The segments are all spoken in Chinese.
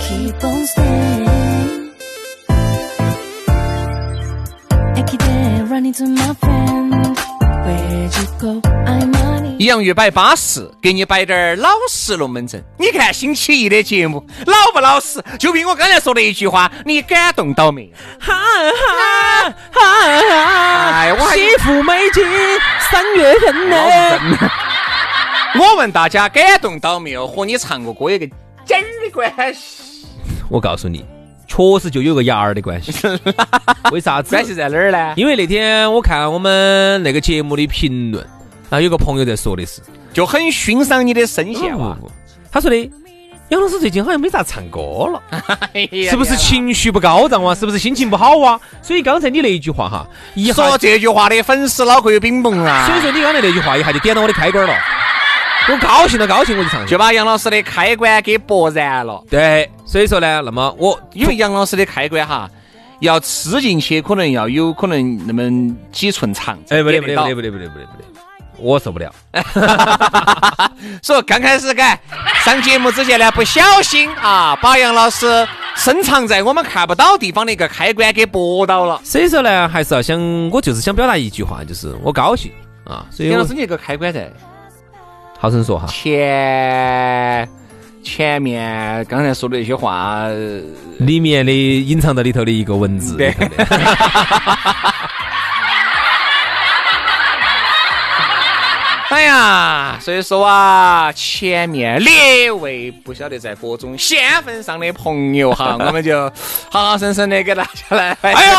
keep on staying. Ekide, run into my friend. Where'd you go? I'm on it. 洋芋摆巴适，给你摆点儿老实龙门阵。你看星期一的节目老不老实？就凭我刚才说的一句话，你感动到没有？哈哈哈！哎，我还媳妇美景，三月份呢。我问大家感动到没有？和你唱个歌有个鸡儿的关系，我告诉你，确实就有个牙儿的关系。为啥子？关系在哪儿呢？因为那天我看我们那个节目的评论，啊，有个朋友在说的是，就很欣赏你的声线哇。哦他说的。杨老师最近好像没咋唱歌了，哎呀是不是情绪不高涨啊哇？是不是心情不好哇？所以刚才你那一句话哈，一下，说所这句话的粉丝脑壳有冰崩啊！以说你刚才那句话一下就点到我的开关了，我高兴了，高兴我就唱去就。把杨老师的开关给拨燃了。对，所以说呢，那么我因为杨老师的开关哈，要吃进去，可能要有可能那么几寸长。哎，不对不点对到不对不对不对不对不对，我受不了。所以刚开始改上节目之前呢，不小心啊，把杨老师深藏在我们看不到地方的一个开关给拨到了。所以说呢，还是要想，我就是想表达一句话，就是我高兴啊。所以杨我老师，你这个开关在好生说哈，前前面刚才说的那些话，呃里面的隐藏在里头的一个文字。对里头的 哎呀，所以说啊，前面列位不晓得在各种仙份上的朋友 哈，我们就好好生生的给大家来。哎呦，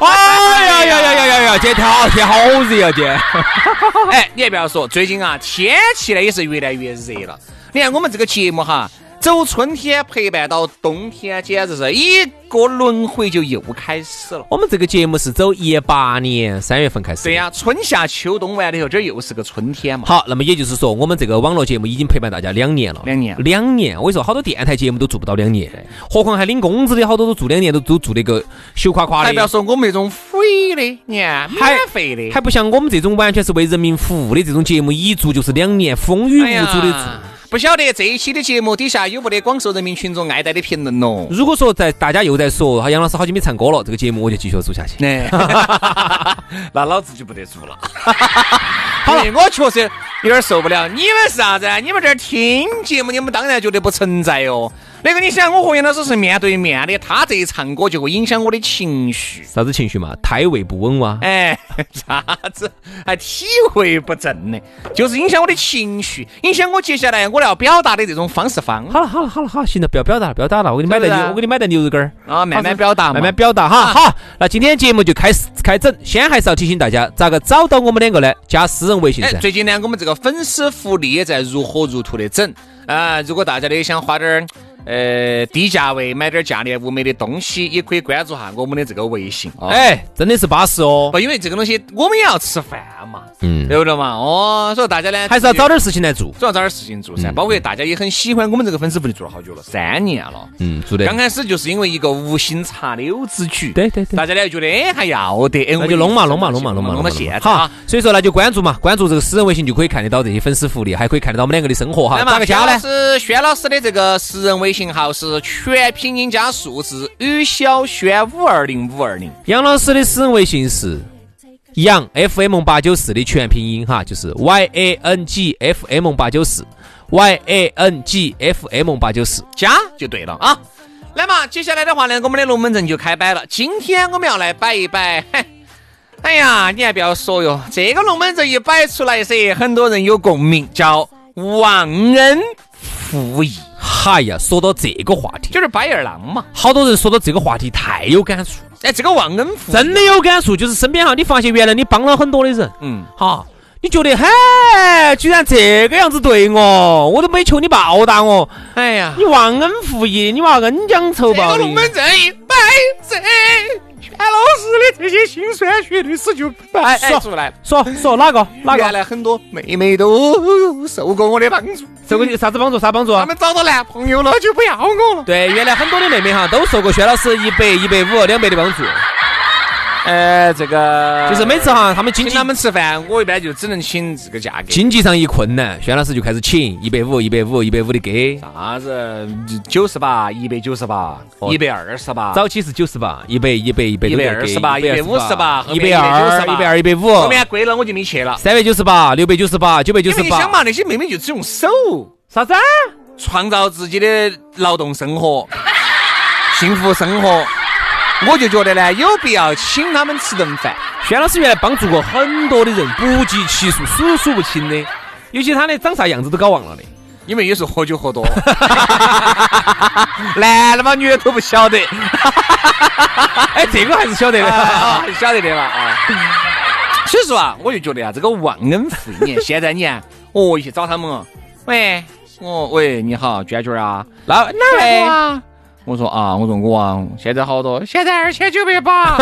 哎呀呀呀呀呀呀！今天好，天好热呀，今天。哎，你还不要说，最近啊，天气呢也是越来越热了。你看我们这个节目哈，走春天陪伴到冬天，简直是一个轮回就又开始了。我们这个节目是走一八年三月份开始。对。呀、春夏秋冬完了以后，这又是个春天嘛。好，那么也就是说，我们这个网络节目已经陪伴大家两年了。两年两年。我跟你说，好多电台节目都做不到两年，何况还领工资的，好多都做两年都都做那个羞夸夸还不要的，说我们那种 free 的，你看免费的，还不像我们这种完全是为人民服务的这种节目，一做就是两年，风雨无哎呀阻的做。不晓得这一期的节目底下有没得广受人民群众爱戴的评论 哦？如果说在大家又在说啊杨老师好久没唱歌了，这个节目我就继续做下去。哎， 那老子就不得做 了。好了，我确实有点受不了。你们是啥子啊？你们这儿听节目，你们当然觉得不存在哟、那个，你想，我和杨老师是面对面的，他这一唱歌就会影响我的情绪。啥子情绪嘛？胎位不稳哇、哎，啥子还体会不正呢？就是影响我的情绪，影响我接下来我要表达的这种方式方法好了好了好了好了，行了，不要表达了，不要表达了，我给你买是不袋是啊牛，我给你买袋牛肉干儿。啊，慢慢表达嘛，慢慢表达哈。好，那今天节目就开始开整，先还是要提醒大家，咋个找到我们两个呢？加私人微信哎，噻。最近呢，我们这个粉丝福利也在如火如荼的整啊、如果大家呢想花点儿呃低价位买点儿价廉物美的东西，也可以关注下我们的这个微信啊。哎，哎，真的是巴适哦不，。因为这个东西我们也要吃饭嘛，嗯，对不对嘛？哦，所以大家呢还是要找。点嗯事情来做。主要找点事情做噻，包括大家也很喜欢我们这个粉丝福利，做了好久了，三年了。嗯，做的刚开始就是因为一个无心插柳之举，对对对大家呢觉得哎还要得，哎我那们就弄嘛弄嘛弄嘛弄嘛弄弄到嘛现在好啊。，所以说那就关注嘛，关注这个私人微信就可以看得到这些粉丝福利，还可以看得到我们两个的生活哈。那么咋个加薛老呢？师轩老师的这个私人微信号是全拼音加数字于小轩五二零五二零。杨老师的私人微信是杨 FM 八九四的全拼音哈，就是 Y A N G F M 八九四，Y A N G F M 八九四。加就对了啊。那么接下来的话呢，我们的龙门阵就开摆了。今天我们要来摆一摆，嘿哎呀，你还不要说哟，这个龙门阵一摆出来噻，很多人有共鸣，叫忘恩负义，嗨哎呀，说到这个话题，就是白眼狼嘛。好多人说到这个话题太有感触，哎，这个忘恩负义，真的有感触，就是身边哈，你发现原来你帮了很多的人，嗯，哈，你觉得嗨，居然这个样子对我，我都没求你报答我，哎呀，你忘恩负义，你娃恩将仇这报的个龙。门阵一摆，这全老师的这些辛酸血泪史就摆说哎出来了。说说哪个哪原个来很多妹妹都受过我的帮助，受过你啥子帮助？啥帮助她啊？们找到男朋友了就不要我了。对，原来很多的妹妹哈都受过薛老师一百、一百五、两百的帮助，呃，这个就是每次哈他们经请济他们吃饭，我一般就只能请这个价格。经济上一困难，薛老师就开始请一百五、一百五、一百五的给。啥子九十八、一百九十八、一百二十八，早期是九十八，一百、一百、一百、 128 158一百二、一百二、一百后五，面贵了我就没去了。三百九十八、六百九十八、九百九因十为你想八，嘛，那些妹妹就只用手啥子啊？创造自己的劳动生活、 幸福生活，我就觉得呢，有必要请他们吃顿饭。薛老师原来帮助过很多的人，不计其数，数数不清的，有些他的长啥样子都搞忘了的。因为有时候喝酒喝多 了，男的嘛女的都不晓得，哎，这个还是晓得的。啊 晓得的嘛啊。所以说啊，我就觉得啊，这个忘恩负义， 你看现在你看，哦，一去找他们哦，喂，哦喂，你好，娟娟啊，那哪哪位？我说啊，我说我啊，现在好多，现在二千九百 八。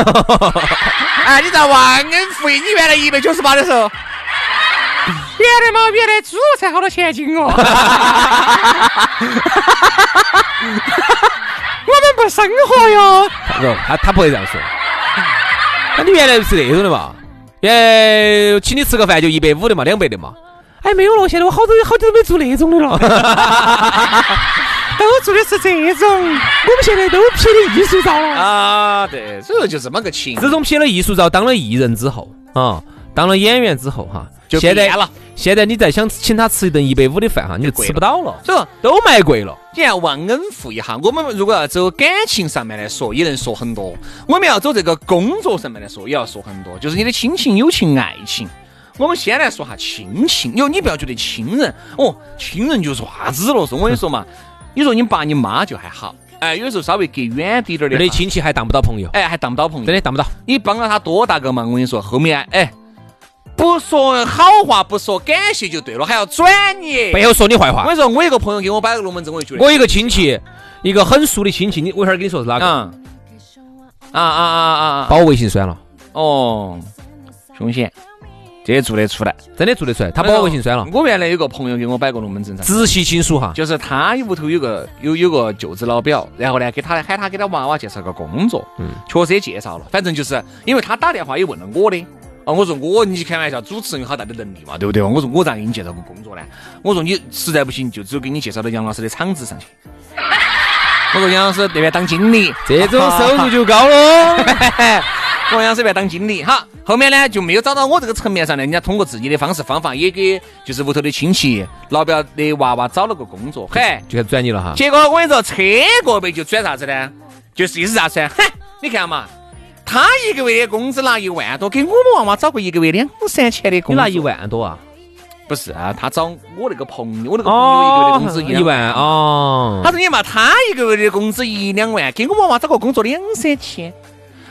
哎，你在忘恩负义，你原来一百九十八的时候，原来嘛，原来猪肉才好多钱一斤 哦。我们不生活哟。 不，他他不会这样说。那你原来是那种的嘛？原来请你吃个饭就一百五的嘛，两百的嘛。哎，没有了，现在我好多好久都没做那种的了。都做的是这种，我们现在都撇的艺术照了。啊，对，所以说就这么个情。自从撇了艺术照，当了艺人之后啊、当了演员之后哈，就现在变了。现在你再想请他吃一顿一百五的饭哈，你就吃不到了，所以说，都卖贵了。你看忘恩负义哈，我们如果要走感情上面来说，也能说很多；我们要走这个工作上面来说，也要说很多。就是你的亲情、友情、爱情。我们先来说下亲情，哟，你不要觉得亲人哦，亲人就啥子了？说我跟你说嘛， 你说你爸你妈就还好，哎，有时候稍微隔远滴点儿你的的话，亲戚还当不到朋友，哎，还当不到朋友。真的当不到。你帮了他多大个忙？我跟你说，后面哎，不说好话，不说感谢就对了，还要转你。背后说你坏我话跟。你说，我有个朋友给我摆个龙门阵，我就觉得，我有一个亲戚，一个很熟的亲戚，你我一会儿跟你说是哪个，嗯，啊啊啊啊啊！把我微信删了，哦，凶险，这也做得出来。真的做得出来，他把我微信删了。我原来有个朋友给我摆过龙门阵噻，直系亲属哈，就是他屋头有个有有个舅子老表，然后呢，给他喊他给他娃娃介绍个工作，嗯，确实也介绍了，反正就是因为他打电话也问了我的。啊，我说我，你开玩笑，主持人有好大的能力嘛，对不对嘛？哦我说我咋给你介绍个工作呢？我说你实在不行，就只有给你介绍到杨老师的厂子上去。 我说杨老师那边当经理，这种收入就高喽。 我想随便当经理哈。后面呢就没有找到我这个层面上呢，人家通过自己的方式方法，也给就是屋头的亲戚、老表的娃娃找了个工作。嘿， 就开始转你了哈，结果我跟你说，扯过呗就转啥子呢？就是意思啥子呢？哼，你看嘛，他一个月的工资拿一万多，给我们娃娃找个一个月两三千的你工资。拿一万多啊？不是啊，他找我那个朋友，我那个朋友一个月的工资哦一万。哦啊他。说你嘛，他一个月的工资一两万，给我娃娃找个工作两三千。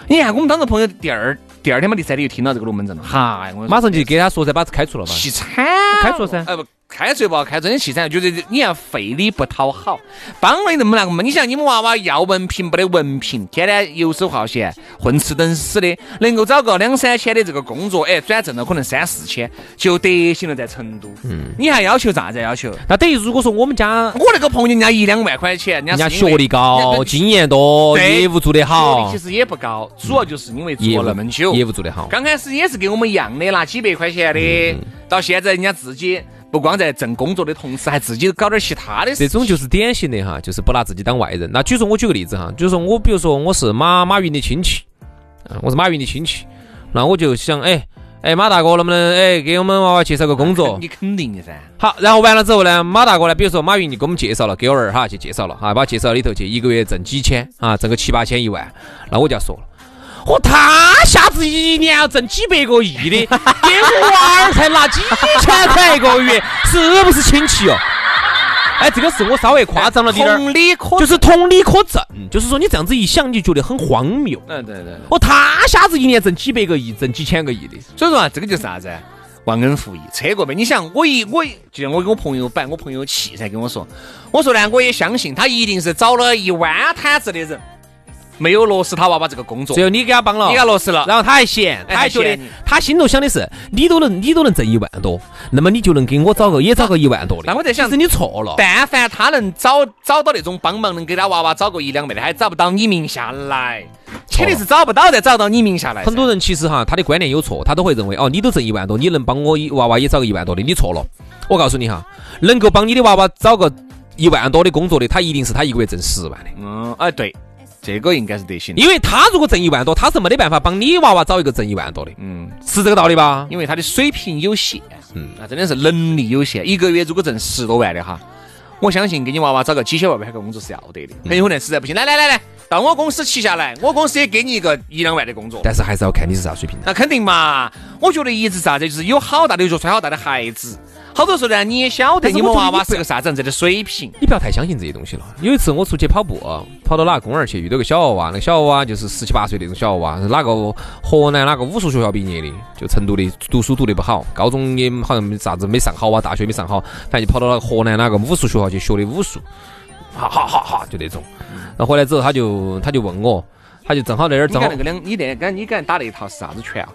你看我们当时朋友第二第二天嘛，第三天就听到这个龙门阵了，哈，我跟你说马上就给他说噻，把他开除了嘛。气惨，开除噻哎不，开除也不好开除，真的气惨，就是你看费力不讨好，帮了你那么那个嘛，你想你们娃娃要文凭不得文凭，天天游手好闲，混吃等死的，能够找个两三千的这个工作，哎，转正了可能三四千就得行了，在成都，嗯，你还要求啥子要求？那等于如果说我们家我那个朋友人家一两万块钱，人人家家是因为学历人高，家经验多，对业务做得学历好其，实也不高，主要就是因为业做务那么久，业务做得好。刚开始也是跟我们一样的，拿几百块钱的，嗯到现在人家自己不光在挣工作的同时，还自己搞点其他的事这情。种就是典型的哈，就是不拿自己当外人。那举说我举个例子哈，就是说我比如说我是马马云的亲戚，啊，我是马云的亲戚，那我就想哎，哎，马大哥能不能哎给我们娃娃介绍个工作？你肯定的噻。好，然后完了之后呢，马大哥呢，比如说马云就给我们介绍了，给我儿哈去介绍了哈，把他介绍里头去，一个月挣几千啊，挣个七八千一万，那我就要说了。我他下子一年要挣几百个亿的，给我娃儿才拿几千才一个月，是不是亲戚哦？哎，这个是我稍微夸张了点儿，哎同理可就是同理可证，就是说你这样子一想，你就觉得很荒谬。嗯，对对对。我他下子一年挣几百个亿，挣几千个亿的，所以说啊，这个就是啥子？忘恩负义，扯过没？你想，我一我一就像我跟我朋友摆，我朋友气噻，跟我说，我说呢，我也相信他一定是找了一万摊子的人，没有落实他娃娃这个工作最，后你给他帮了，你给他落实了然后他还嫌，哎他还觉还得嫌你他心头想的是，你都能你都能挣一万多，那么你就能给我找个也找个一万多的。那我在想其实你错了。但凡他能找找到那种帮忙能给他娃娃找个一两倍的，还找不到你名下来，肯定是找不到再找到你名下来噻。很多人其实哈，他的观念有错，他都会认为哦，你都挣一万多，你能帮我一娃娃也找个一万多的，你错了。我告诉你哈，能够帮你的娃娃找个一万多的工作的，他一定是他一个月挣十万的，嗯，哎，对，这个应该是得行的，因为他如果挣一万多，他是没得办法帮你娃娃找一个挣一万多的，嗯，是这个道理吧？因为他的水平有限，嗯，那真的是能力有限。一个月如果挣十多万的哈，我相信给你娃娃找个几千万块工作是要得的，很有可能实在不行，来来来来，到我公司旗下来，我公司也给你一个一两万的工作。但是还是要看你是啥水平的。那肯定嘛，我觉得一直啥子，就是有好大的就穿好大的鞋子。好多时候呢，你也晓得但是你我们觉得娃你娃不是个啥子样子的水平。你不要太相信这些东西了。有一次我出去跑步，跑到哪个公园去，遇到个小娃娃，那个小娃娃就是十七八岁那种小娃娃，是哪个河南哪个武术学校毕业的，就成都的，读书读得不好，高中也好像没啥子没上好啊，大学没上好，反正就跑到那个河南哪个武术学校去学的武术，哈哈哈哈，就那种。然后回来之后，他就他就问我，他就正好在那儿你正看好那个两，你那刚你刚才打那一套是啥子拳啊？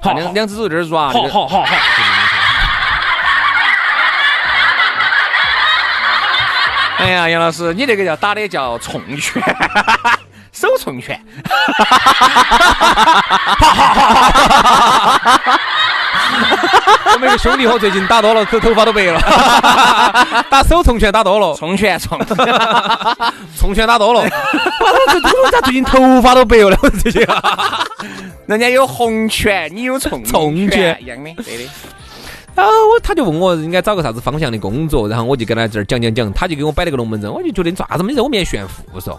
好，两两只手在这儿抓。好好好好。哎呀，杨老师，你那个叫打的叫冲拳， 手冲拳。我们一个兄弟伙最近打多了，头头发都白了，打手冲拳打多了，冲啊拳 冲，冲拳打多了，这这这最近头发都白了，最近。人家有红拳，你有冲冲拳拳，一样的，对的。然后我他就问我应该找个啥子方向的工作，然后我就跟他这儿讲讲讲，他就给我摆了个龙门阵，我就觉得你做啥子没在我面前炫富嗦。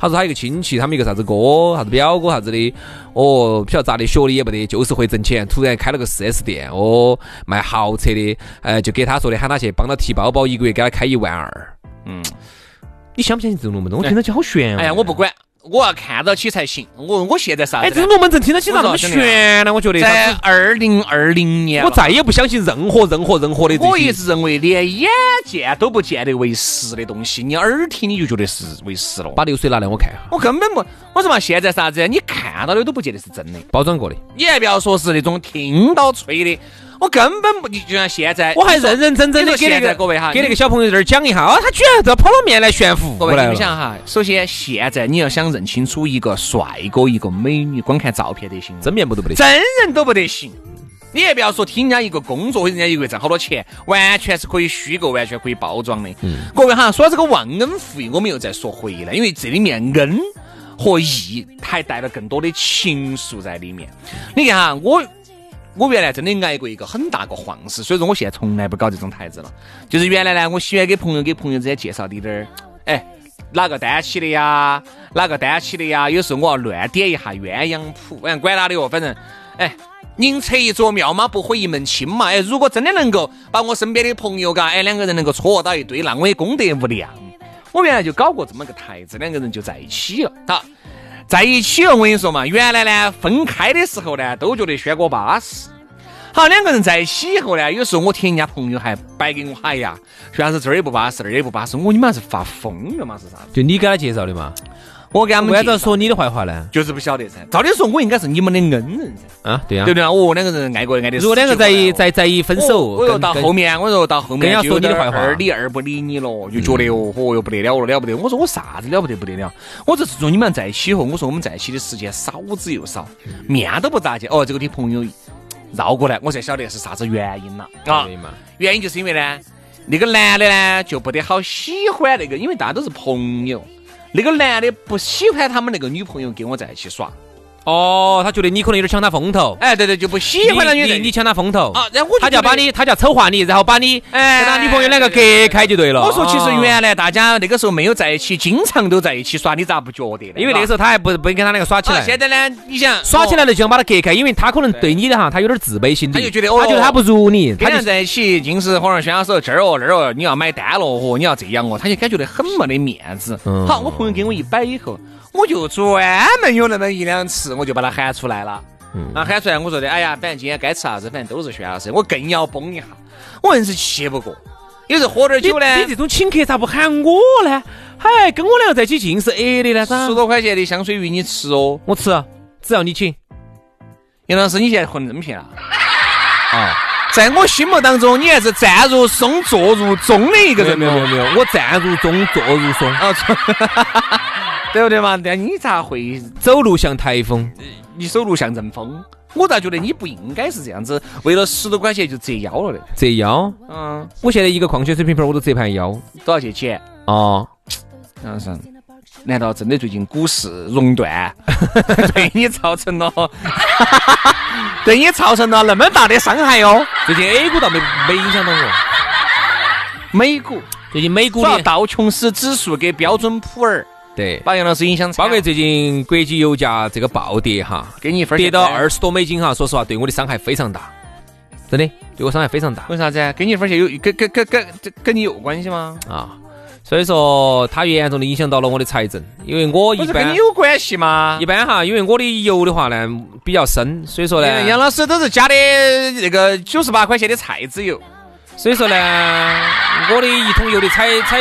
他说他一个亲戚，他们一个啥子哥、啥子表哥、啥子的，哦，不晓得咋的，学历也不得，就是会挣钱。突然开了个 4S 店，哦，卖豪车的，呃，就给他说的，喊他去帮他提包包，一个月给他开一万二。嗯，你相不相信这种龙门阵？我听到起好悬、哦。哎呀，我不。管，我要看到起才行。我我现在啥哎，子这呢种？龙门阵听到起咋那么悬呢？我觉得。在二零二零年了，我再也不相信任何任何任何的这些。我一直认为连眼见都不见得为实的东西，你耳听你就觉得是为实了。把流水拿来我看哈，我根本不，我说嘛，现在啥子，你看到的都不见得是真的，包装过的。你还不要说是那种听到吹的，我根本不，你就像现在，我还认认真真的给那你说现在个各位哈给那你个小朋友在这儿讲一下啊，他居然都跑到面来炫富各过位来你了们。想哈，首先现在你要想认清楚一个帅哥一个美女，光看照片得行吗，真面目都不得，真人都不得行。你也不要说听人家一个工作，或者人家一个月挣好多钱，完全是可以虚构，完全可以包装的。嗯各位哈，说到这个忘恩负义，我们又再说回来，因为这里面恩和义还带了更多的情愫在里面。你看哈，我我原来真的挨过一个很大个晃事，所以说我现在从来不搞这种台子了。就是原来呢，我喜欢给朋友给朋友之间介绍滴点儿，哎，哪个单起的呀，哪个单起的呀，有时候我要乱点一下鸳鸯谱，哎，管他的哟，反正，哎。宁拆一座庙嘛，不毁一门亲嘛。哎，如果真的能够把我身边的朋友，嘎，哎，两个人能够撮合到一堆，那我也功德无量。我原来就搞过这么个台子，两个人就在一起了。好，在一起了，我跟你说嘛，原来呢分开的时候呢，都觉得轩哥巴适。好，两个人在一起以后呢，有时候我听人家朋友还摆给我，哎呀，轩老师这儿也不巴适，那儿也不巴适，我说你们还是发疯了嘛是啥子？就你给他介绍的嘛？我给他们为啥子介要绍说你的坏话呢？就是不晓得噻。照理说，我应该是你们的恩人噻，啊，对呀对不。对啊？哦，两个人爱过爱的。如果两个在一哦在在一分手，我又跟到跟后面，我又到后面跟人家就有点说你的坏话嗯二理二不理你了，就觉得哦，嚯哟不得了了了不得。我说我啥子了不得不得了，我这自从你们在一起后，我说我们在一起的时间少之又少，嗯面都不咋见。哦，这个你朋友绕过来，我才晓得是啥子原因了啊对。嘛原因就是因为呢，那个男的呢就不得好喜欢那个，因为大家都是朋友，那个男的不喜欢他们那个女朋友跟我在一起耍。哦，他觉得你可能有点抢他风头，哎，对对，就不喜欢那女你的你。你抢他风头啊然后我就他就要觉得把你，他就要丑化你，然后把你哎跟他女朋友两个隔开就对了。我说，其实啊原来大家那个时候没有在一起，经常都在一起耍，你咋不觉得呢？因为那个时候候他还不不跟他两个耍起来，啊现在呢，你想哦耍起来了就想把他隔开，因为他可能对你的哈，他有点自卑心理，他就觉得哦他觉得他不如你，跟他人就在一起，尽是火上宣手，这儿哦那儿哦，你要买单了哦，你要这样哦，他就感觉得很没得面子。嗯好，我朋友给我一摆以后，我就专门有那么一两次，我就把他喊出来了。嗯啊，喊出来，我说的，哎呀，反正今天该吃啥子，反正都是宣老师，我更要崩一下，我硬是气不过。有时候喝点你酒呢，你这种请客咋不喊我呢？嗨，跟我两个在一起尽是 A 的呢，咋十？多块钱的香水鱼你吃哦，我吃，啊只要你请。杨老师，你现在混这么撇 了？啊，在我心目当中，你还是站如松，坐如钟的一个人哦没有没有没有，我站如钟，坐如松，啊，对不对嘛？但你咋会？走路像台风。你走路像阵风，我咋觉得你不应该是这样子，为了十多块钱就折腰了的？折腰，嗯，我现在一个矿泉水瓶瓶儿我都折盘腰多少钱捡？啊！杨生，难道真的最近股市熔断， 对你造成了， 对你造成了那么大的伤害哟、哦？最近 A 股倒没没影响到我，美股最近美股主要的道琼斯指数跟标准普尔对，啊把杨老师影响包惨了，括最近国际油价这个暴跌哈，给你一分儿跌到现在二十多美金哈，说实话对我的伤害非常大，真的对我伤害非常大为啥子啊？跟你分钱有跟跟跟跟这跟你有关系吗？啊。所以说，它严重的影响到了我的财政，因为我不一是跟般你有啊关系吗一？般哈，因为我的油的话呢比较深，所以说呢，杨老师都是加的那个九十八块钱的菜籽油， 所以说呢，我的一桶油的采采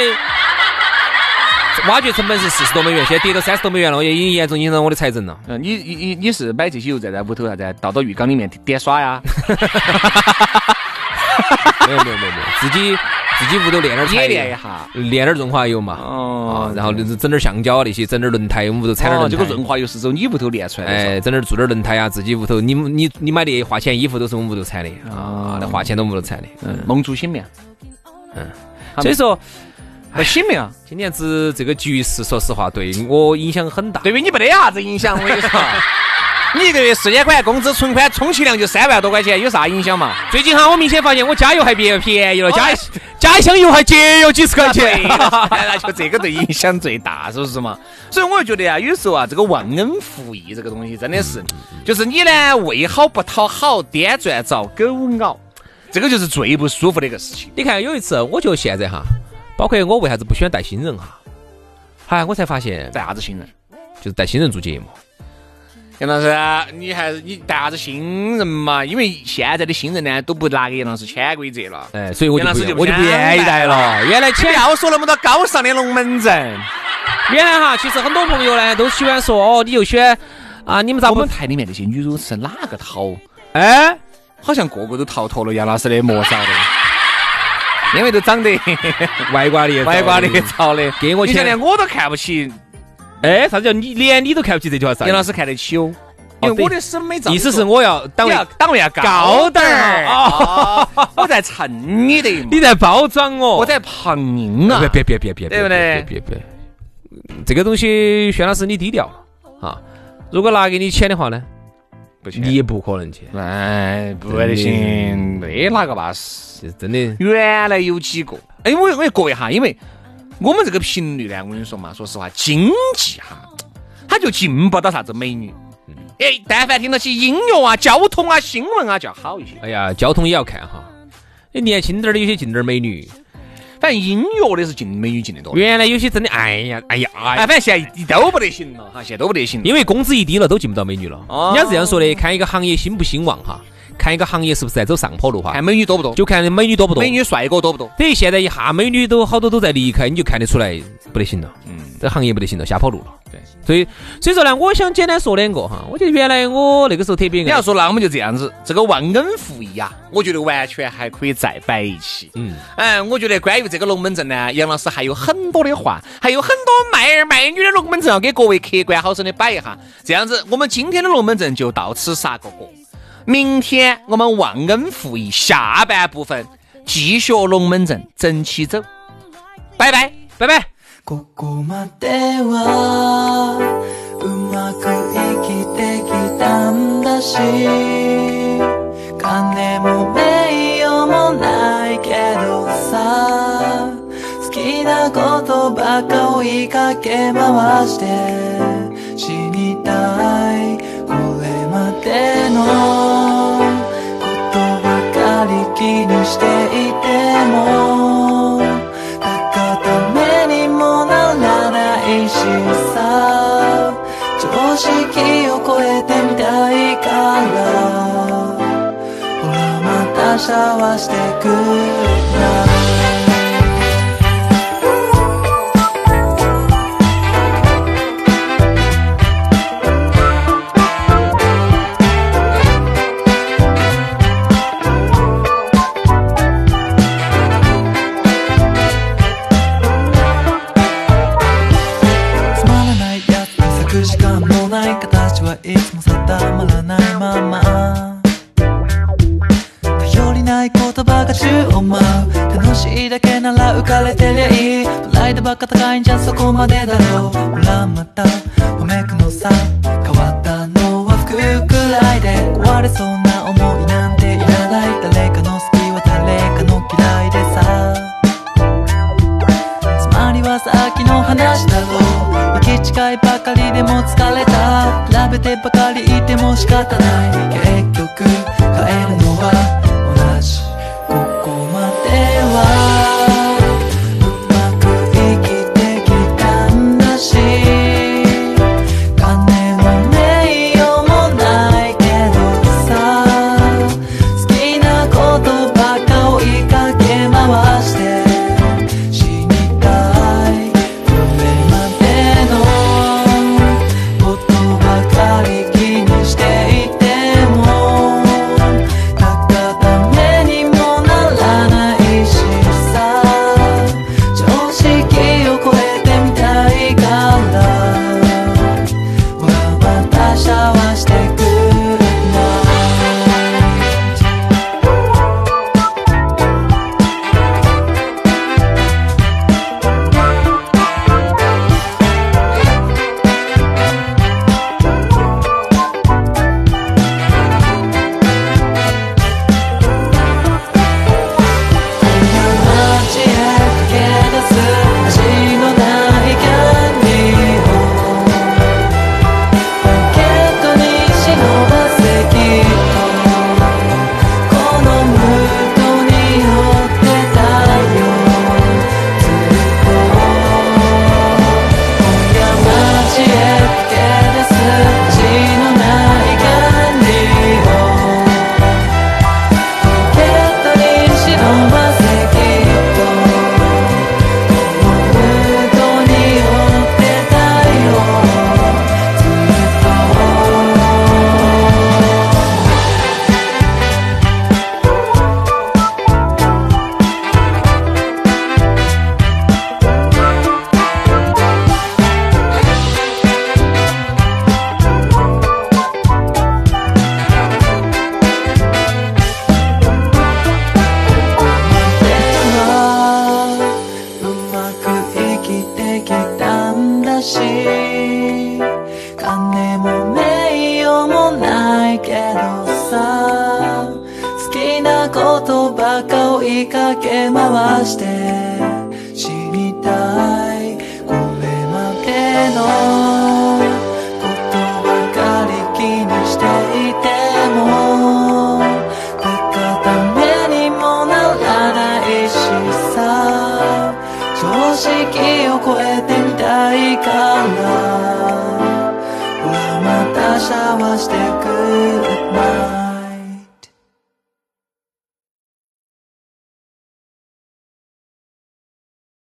挖掘成本是四十多美元，现在跌到三十多美元了，我也已经严重影响到我的财 政了。嗯，你你你你是买这些油在在屋头啥子，倒到浴缸里 面点耍呀？没有没有没有没有，自己自己屋头练点儿也柴练一油，下。练点儿润滑油嘛。哦啊，然后就是整点儿橡胶啊那些，整点儿轮胎，我们屋头踩点儿哦轮这胎。个润滑油是走你屋头练出来的是吧。哎，整点儿做点儿轮胎啊，自己屋头，你们你你买的花钱衣服都是我们屋头产的啊哦，那花钱都我们屋头产的。嗯，盟主醒面，嗯好所以说，不醒面，今年子这个局势，说实话对我影响很大。对于你没得啥子影响，我跟你 说。你一个月四千块工资，存款充其量就三万多块钱，有啥影响嘛？最近哈，我明显发现我加油还便便宜了，加一加一箱油还节约几十 块钱。 哎那就这个对影响最大，是不是嘛？所以我就觉得啊，有时候啊，这个忘恩负义这个东西真的是，嗯就是你呢为好不讨好，颠转遭狗咬，这个就是最不舒服的一个事情。你看有一次，我就现在哈，包括我为啥子不喜欢带新人哈，嗨，我才发现带啥子新人？就是带新人做节目，杨老师，啊你还是你带啥子新人嘛？因为现在的新人呢都不拿给杨老师潜规则了。哎，所以我就杨老师不就我就不愿意带哎了。原来不前要说那么多高尚的龙门阵，原来哈，其实很多朋友呢都喜欢说哦，你又喜欢啊，你们咋我不们台里面那些女主持哪个讨？哎？好像个个都逃脱了杨老师的魔爪的，因为都 长得外挂的，歪瓜裂枣的，给我你想钱连。我都看不起，哎，啥子叫你连你都看不起这句话啥意杨思？老师看得起哦，因为我的审美造意思是我要单你位要档位要高高点点儿儿哦啊， 我在蹭你的嘛，你在包装我，我在旁您啊别，别别别别，对不对别别别，别这个东西，轩老师你低调啊。如果拿给你钱的话呢，不去你也不可能去，哎，不得行，没哪个巴适。这真的。原来有几个，哎，我我过一下，因为我们这个频率呢，我跟你说嘛，说实话，经济哈，它就进步到啥子美女。嗯哎，但凡听到些音乐啊、交通啊、新闻啊，就要好一些。哎呀，交通也要看哈。你年轻点儿的有些近点儿美女，反正音乐的是进美女进得多的。原来有些真的，哎呀，哎呀，哎哎，呀反正现在都不得行了哈，现在都不得行了。因为工资一低了，都进不到美女了。哦人家是这样说的，看一个行业兴不兴旺哈，看一个行业是不是在走上坡路哈哎看，美女多不多，就看美女多不多。嗯美女帅哥多不多。等于现在一下美女都好多都在离开，你就看得出来不得行了。嗯，这行业不得行了，下坡路了。对，所以所以说呢，我想简单说两个哈，我觉得原来我那个时候特别你要说那我们就这样子，这个忘恩负义啊，我觉得完全还可以再摆一起。嗯，嗯，我觉得关于这个龙门阵呢，杨老师还有很多的话，还有很多卖儿卖女的龙门阵要给各位客官好生的摆一下。这样子，我们今天的龙门阵就到此杀个果。明天我们忘恩负义下半部分继续龙门阵，整起走。拜拜，拜拜。ここまではうまく生きてきし金も名誉もないけどさ好きなことばっか追いかけ回して死にたいこれまでのことばかり気にしていても高ためにもならないしさ常識を超えてみたいからほらまたシャワーしてくるなつまらないやつに咲く時間もない形はいつも定まらないまま頼りない言葉が宙を舞う楽しいだけなら浮かれてりゃいいプライドばっか高いんじゃそこまでだろうほらまた褒めくのさ変わったのは服くらいで壊れそうな思いなんていらない誰かの好きは誰かの嫌いでさつまりはさっきの話だろう行き違いばかりでも疲れた比べてばかりいても仕方ない結局変えるのは同じここまではうまく生きてきたんだし金も名誉もないけどさ好きなことばっか追いかけ回して死にたいこれまでのことばかり気にしていてもたかためにもならないしさ常識を超えてみたいからほらまたシャワーしてくるな街へ駆け出す味のないキャンディーをポケットに忍ばせきっとこのムードに酔ってたよずっと今夜街へ駆け出す味のないキャンディーを「ポケットに忍ばせきっと」「このムードに酔ってたよずっと」「うまく生きてきたんだし」「金も名誉もないけどさ」「好きなことばか追いかけ回して」「死にたいこれまでのことばかり気にしていても」「たかためにもならないしさ」「常識を超えてみたいから」「ほらまたシャワーしてくる